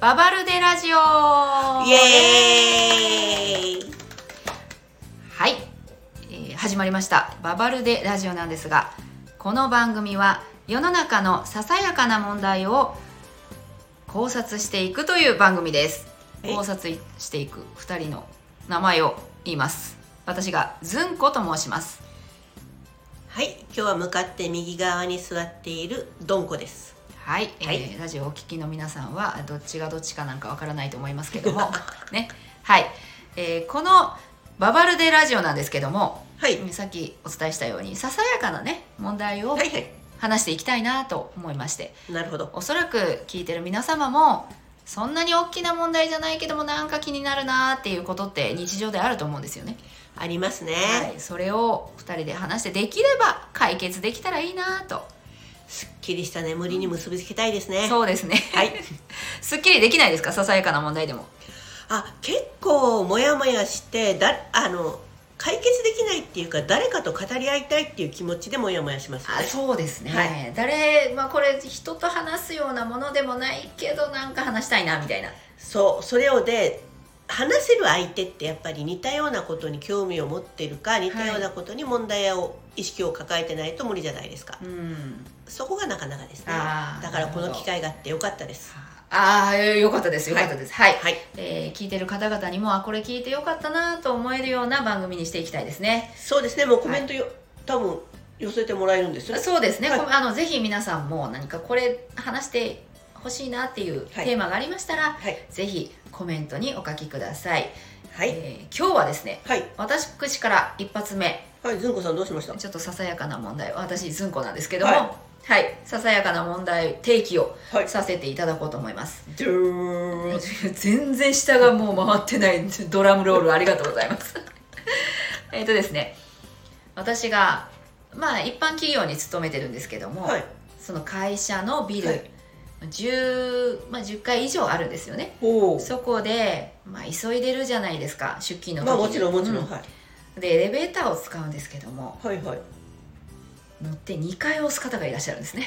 ババルデラジオイエーイはい、えー始まりました「ババルデラジオ」なんですがこの番組は世の中のささやかな問題を考察していくという番組ですえ考察していく2人の名前を言います私がずんこと申しますはい今日は向かって右側に座っているドンコですはい、えーはいラジオをお聞きの皆さんはどっちがどっちかなんかわからないと思いますけど もねはい、えーこの「ババルデラジオ」なんですけどもはいさっきお伝えしたようにささやかなね問題をはいはい話していきたいなと思いましてなるほどおそらく聞いてる皆様もそんなに大きな問題じゃないけどもなんか気になるなっていうことって日常であると思うんですよね。ありますね、はい、それを2人で話してできれば解決できたらいいなとすっきりした眠りに結びつけたいですねそうですねはいすっきりできないですかささやかな問題でも。あ結構モヤモヤしてだあの解決できないっていうか誰かと語り合いたいっていう気持ちでモヤモヤしますよあねそうですね、はい誰、まあ、これ人と話すようなものでもないけどなんか話したいなみたいなそうそれをで話せる相手ってやっぱり似たようなことに興味を持ってるか似たようなことに問題を、意識を抱えてないと無理じゃないですかうんそこがなかなかですねあーだからこなのるほど機会があってよかったですああよかったですよかったですはい、はいえー聞いてる方々にもあこれ聞いてよかったなと思えるような番組にしていきたいですねそうですねもうコメントよ、多分寄せてもらえるんですよねそうですね、はいこあのぜひ皆さんも何かこれ話してほしいなっていうはいテーマがありましたら、はいぜひコメントにお書きください、はいえー今日はですねはい私から一発目はいずんこさんどうしましたちょっとささやかな問題私ずんこなんですけどもははい、ささやかな問題提起をはいさせていただこうと思いますドゥーン全然下がもう回ってないドラムロールありがとうございます えっとですね私がまあ一般企業に勤めてるんですけども、はいその会社のビル、はい10まあ、10階以上あるんですよねおおそこで、まあ、急いでるじゃないですか出勤の時まあにもちろんもちろん、うはいんでエレベーターを使うんですけどもはいはい乗って2階を押す方がいらっしゃるんですね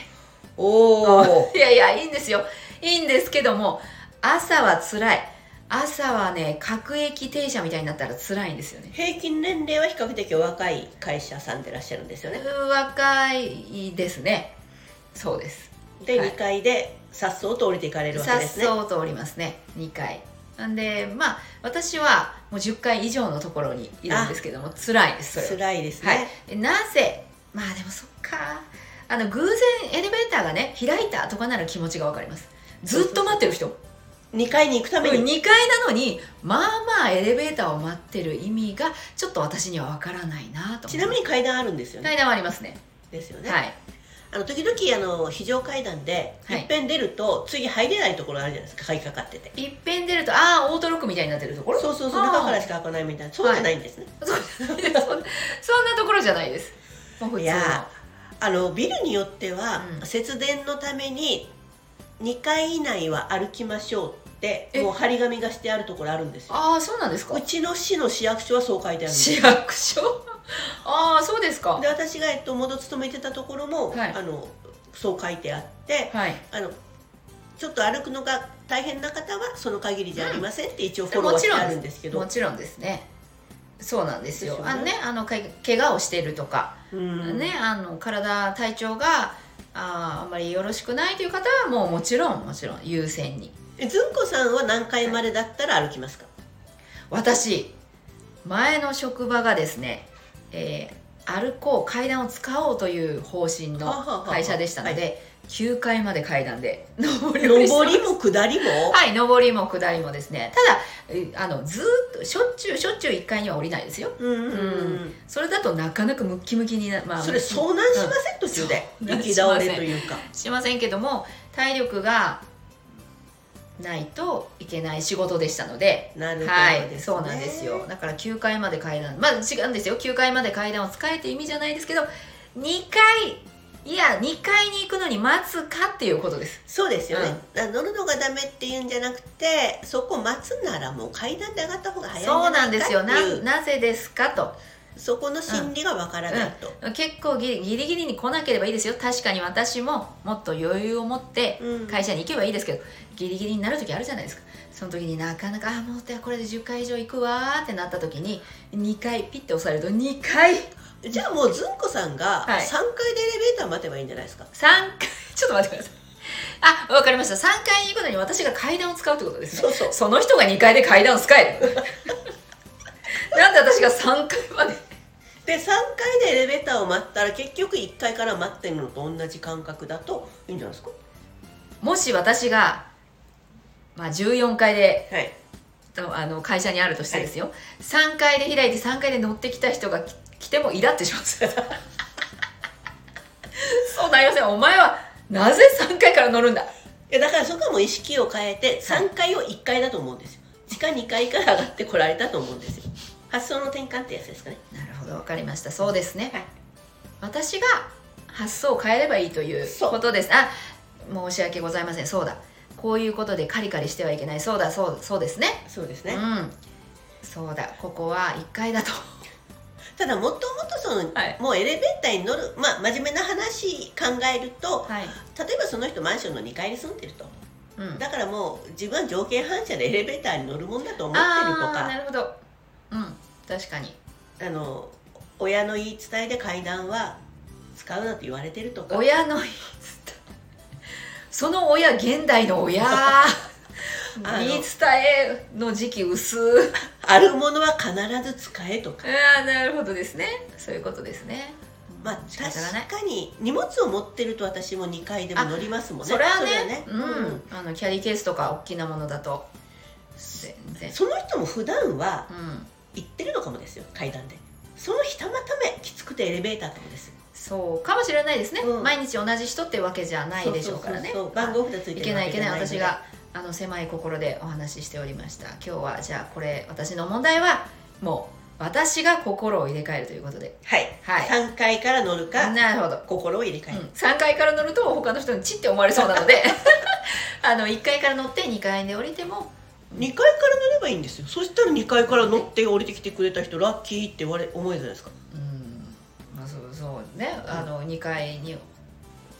おおいやいやいいんですよいいんですけども朝は辛い朝はね各駅停車みたいになったら辛いんですよね平均年齢は比較的お若い会社さんでいらっしゃるんですよね若いですねそうですで、はい2階でさっそうと降りていかれるわけさっですねそうとおりますね2階なんでまあ私はもう10階以上のところにいるんですけども辛いですそれは辛いですね、はいえ、なぜまあでもそっかあの偶然エレベーターがね開いたとかなら気持ちが分かりますずっと待ってる人2階に行くために、 2階なのにまあまあエレベーターを待ってる意味がちょっと私には分からないなとちなみに階段あるんですよね、階段はありますねですよね、はいあの時々あの非常階段で、はいいっぺん出ると次入れないところあるじゃないですか鍵かかってていっぺん出るとああオートロックみたいになってるところ そうそうそうあー中からしか開かないみたいなそうじゃないんですね、そうそんなそんなところじゃないですもう普い、通のやーあのビルによっては、うん節電のために2階以内は歩きましょうってえもう張り紙がしてあるところあるんですよああそうなんですかうちの市の市役所はそう書いてあるんです市役所ああそうですかで私が、えっと、元勤めてたところも、はいあのそう書いてあってはいあのちょっと歩くのが大変な方はその限りじゃありませんって一応フォローもはちしてろんあるんですけどもちろんですねそうなんですよですよねあのねあのけ怪我をしているとか、うんねあの体体調があーあんまりよろしくないという方はもうもちろんもちろん優先にえずんこさんは何回までだったら歩きますか、私前の職場がですね、えー歩こう階段を使おうという方針の会社でしたのはで9階まで階段で上り上をしてますりも下りも、はい、上りも下りもですね。ただえ、あの、ずーっと、しょっちゅう、しょっちゅう1階には降りないですよ。うんうんうんそれだとなかなかムッキムキにな、まあ、それ遭難しません途中で遭難しません行き倒れというかしませんけども、体力がないといけない仕事でしたので、なるほどはですい、ねそうなんですよ。だから9階まで階段、まあ違うんですよ。9階まで階段を使えって意味じゃないですけど、2階、いや、2階に行くのに待つかっていうことです。そうですよね、あ乗るのがダメっていうんじゃなくてそこ待つならもう階段で上がった方が早いんじそうゃなないんかってでいうすよ。な、なぜですかと。そこの心理がわからないと。結構ギリギリギリに来なければいいですよ確かに私ももっと余裕を持ってうん会社に行けばいいですけど、ギリギリになる時あるじゃないですかその時になかなか「あもうこれで10回以上行くわ」ってなった時に2回ピッて押されると2回じゃあもうずんこさんが3はい階でエレベーター待てばいいんじゃないですか。 3回ちょっと待ってくださいあわかりました3階に行くのに私が階段を使うってことですねそうそう。その人が2階で階段を使えるなんで私が3階までで3階でエレベーターを待ったら結局1階から待ってるのと同じ感覚だといいんじゃないですか。もし私が、まあ、14階ではい。とあの会社にあるとしてですよ、3階で開いて3階で乗ってきた人がき来てもイラってします そうなりませんお前はなぜ3階から乗るんだいやだからそこはもう意識を変えて3階を1階だと思うんですよ地下2階から上がってこられたと思うんですよ発想の転換ってやつですかねなるほどわかりましたそうですね、はい私が発想を変えればいいというそうことですあ申し訳ございませんそうだこういうことでカリカリしてはいけないそうだそうそうですねそうですうね、んそうだここは1階だとただもともとその、はいもうエレベーターに乗るまあ真面目な話考えるとはい、例えばその人マンションの2階に住んでるとうん、だからもう自分は条件反射でエレベーターに乗るもんだと思ってるとあーかなるほどうん確かにあの親の言い伝えで階段は使うなと言われてるとか親の言い伝えその親現代の 親の言い伝えの時期薄うあるものは必ず使えとかわーなるほどですねそういうことですねまあ、うん仕方がない確かに荷物を持ってると私も2階でも乗りますもんねそれはねそれはねううんん、あのキャリーケースとか大きなものだと全然その人も普段はうん行ってるのかもですよ階段でその日たまたまきつくてエレベーターかもですそうかもしれないですね、うん毎日同じ人ってわけじゃないでしょうからねそうそうそう番号札ついいてけるわないいじけゃないので私があの狭い心でお話ししておりました今日はじゃあこれ私の問題はもう私が心を入れ替えるということではい、はい3階から乗るかなるほど、心を入れ替える、うん、3階から乗ると他の人にチって思われそうなので あの1階から乗って2階で降りても2階から乗ればいいんですよそしたら2階から乗って降りてきてくれた人ラッキーってわれ思うじゃないですかうんまあそうそうねあの2階に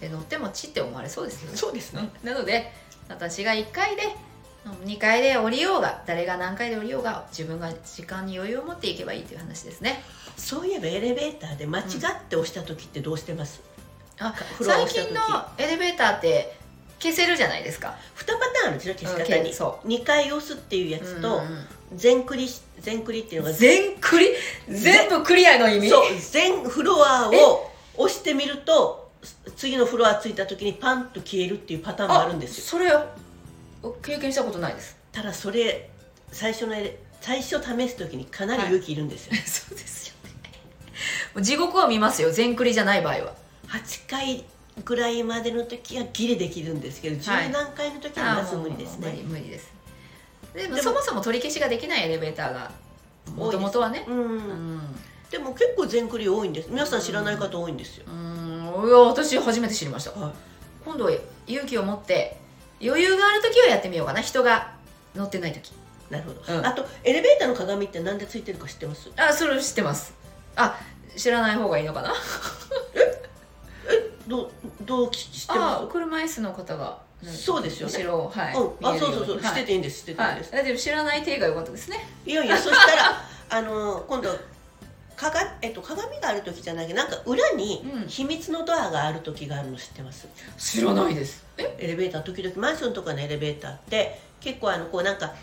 で乗ってもチって思われそうですよねそうですねなので私が1階で2階で降りようが誰が何階で降りようが自分が時間に余裕を持っていけばいいという話ですねそういえばエレベーターで間違って押した時ってどうしてます、あフロア最押した時近のエレベーターって消せるじゃないですか2パターンあるんですよ消し方うんに、けそ2回押すっていうやつと、うんうん全クリ全クリっていうのが全クリ全部クリアの意味そう全フロアを押してみるとす次のフロア着いた時にパンと消えるっていうパターンもあるんですよそれを経験したことないですただそれ最初のエレ最初試す時にかなり勇気いるんですよ、 そうですよねもう地獄を見ますよ全クリじゃない場合は8回ぐらいまでの時はギリできるんですけど、はい10何回の時はまず無理ですあーもねう無理無理ですでもでもそもそも取り消しができないエレベーターがもともとはねうん、うんでも結構全クリ多いんです皆さん知らない方多いんですよ、うんいや私初めて知りましたはい今度は勇気を持って余裕がある時はやってみようかな人が乗ってない時なるほど、うんあとエレベーターの鏡ってなんでついてるか知ってますあそれ知ってますあ知らない方がいいのかなどうどうき知ってますあ車椅子の方がそうですよね後ろをはい、うん、あ、見えるよそうそうそう、にしてていいんです、してていいはんいではす。い、あでも知らない手が良かったですねい、や いや、そしたら、あのー、今度。かが、えっと、鏡がある時じゃなくて、なんか裏にうん秘密のドアがある時があるの知ってます。知らないですえエレベーター、時々マンションとかのエレベーターって、結構あの、こう、なんか。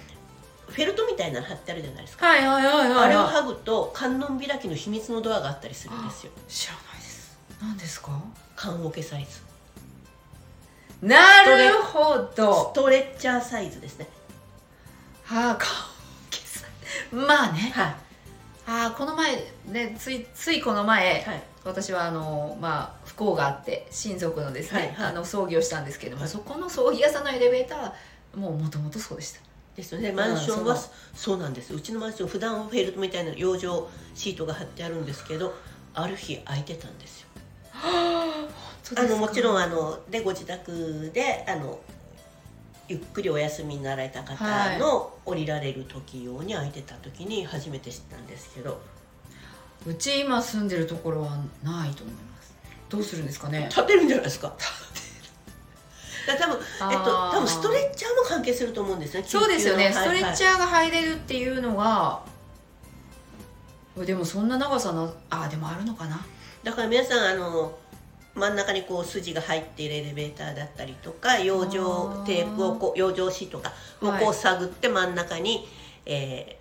フェルトみたいなの貼ってあるじゃないですか。はいはいはいはい、はい、あれを剥ぐと、観音開きの秘密のドアがあったりするんですよ。知らないです何ですか棺桶サイズ。なるほスどトレッチャーサイズですね。はあかまあねはい。あーこの前ねついついこの前、はい。私はあのまあ不幸があって親族のですね、はいはいあの葬儀をしたんですけれども、はいそこの葬儀屋さんのエレベーターはもうもともとそうでしたですよねマンションうはんそそうなんですうちのマンション普段はフェルトみたいな養生シートが貼ってあるんですけどある日空いてたんですよあのもちろんんあのでご自宅であのゆっくりお休みになられた方の降りられる時用に空いてた時に初めて知ったんですけど、うち今住んでるところはないと思いますどうするんですかね立てるんじゃないですか。だから多分えっとあー多分ストレッチャーも関係すると思うんですね。そうですよね、ストレッチャーャーが入れるっていうのがでもそんな長さなあでもあるのかなだから皆さんあの真ん中にこう筋が入っているエレベーターだったりとか養生テープをこう養生シートがをはいこう探って真ん中に、えー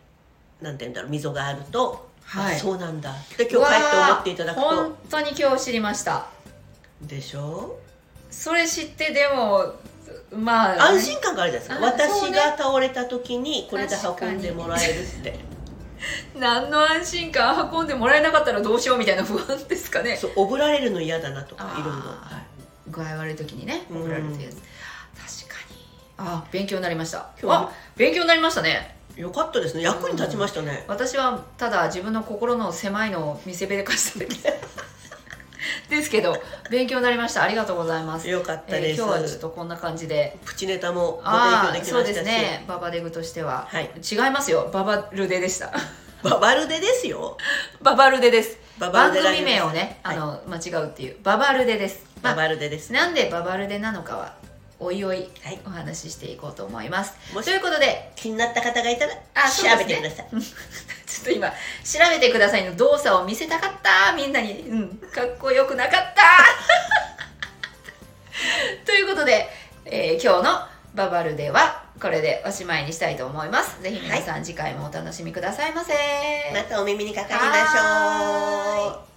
なんて言うんだろう溝があると、はいあそうなんだで今日帰って思っていただくうわーと本当に今日知りましたでしょそれ知ってでもまあ安心感があるじゃないですかあそう私ねが倒れた時にこれで運んでもらえるって何の安心感運んでもらえなかったらどうしようみたいな不安ですかねそうおぶられるの嫌だなとかいろいろあー具合悪い時にねうん怒られるってやつ確かにあ勉強になりました今日はあ勉強になりましたねよかったですね役に立ちましたね、私はただ自分の心の狭いのを見せびらかしただけ ですけど勉強になりましたありがとうございますよかったえーです、今日はちょっとこんな感じでプチネタもごあ提供であきそまうでしすたし、ねババデグとしては、はい違いますよババルデでしたババルデですよ ババルデですババ番ルデ組名をね、はいあの間違うっていうババルデです、まバあバルデですねなんでババルデなのかはおいおいはいお話ししていこうと思います、もしということで気になった方がいたらあ調そうですべねてください、ちょっと今調べてくださいの動作を見せたかったみんなに、うん、かっこよくなかった ということで、えー今日のババルデはこれでおしまいにしたいと思いますぜひ皆さん次回もお楽しみくださいませ、またお耳にかかりましょうはーい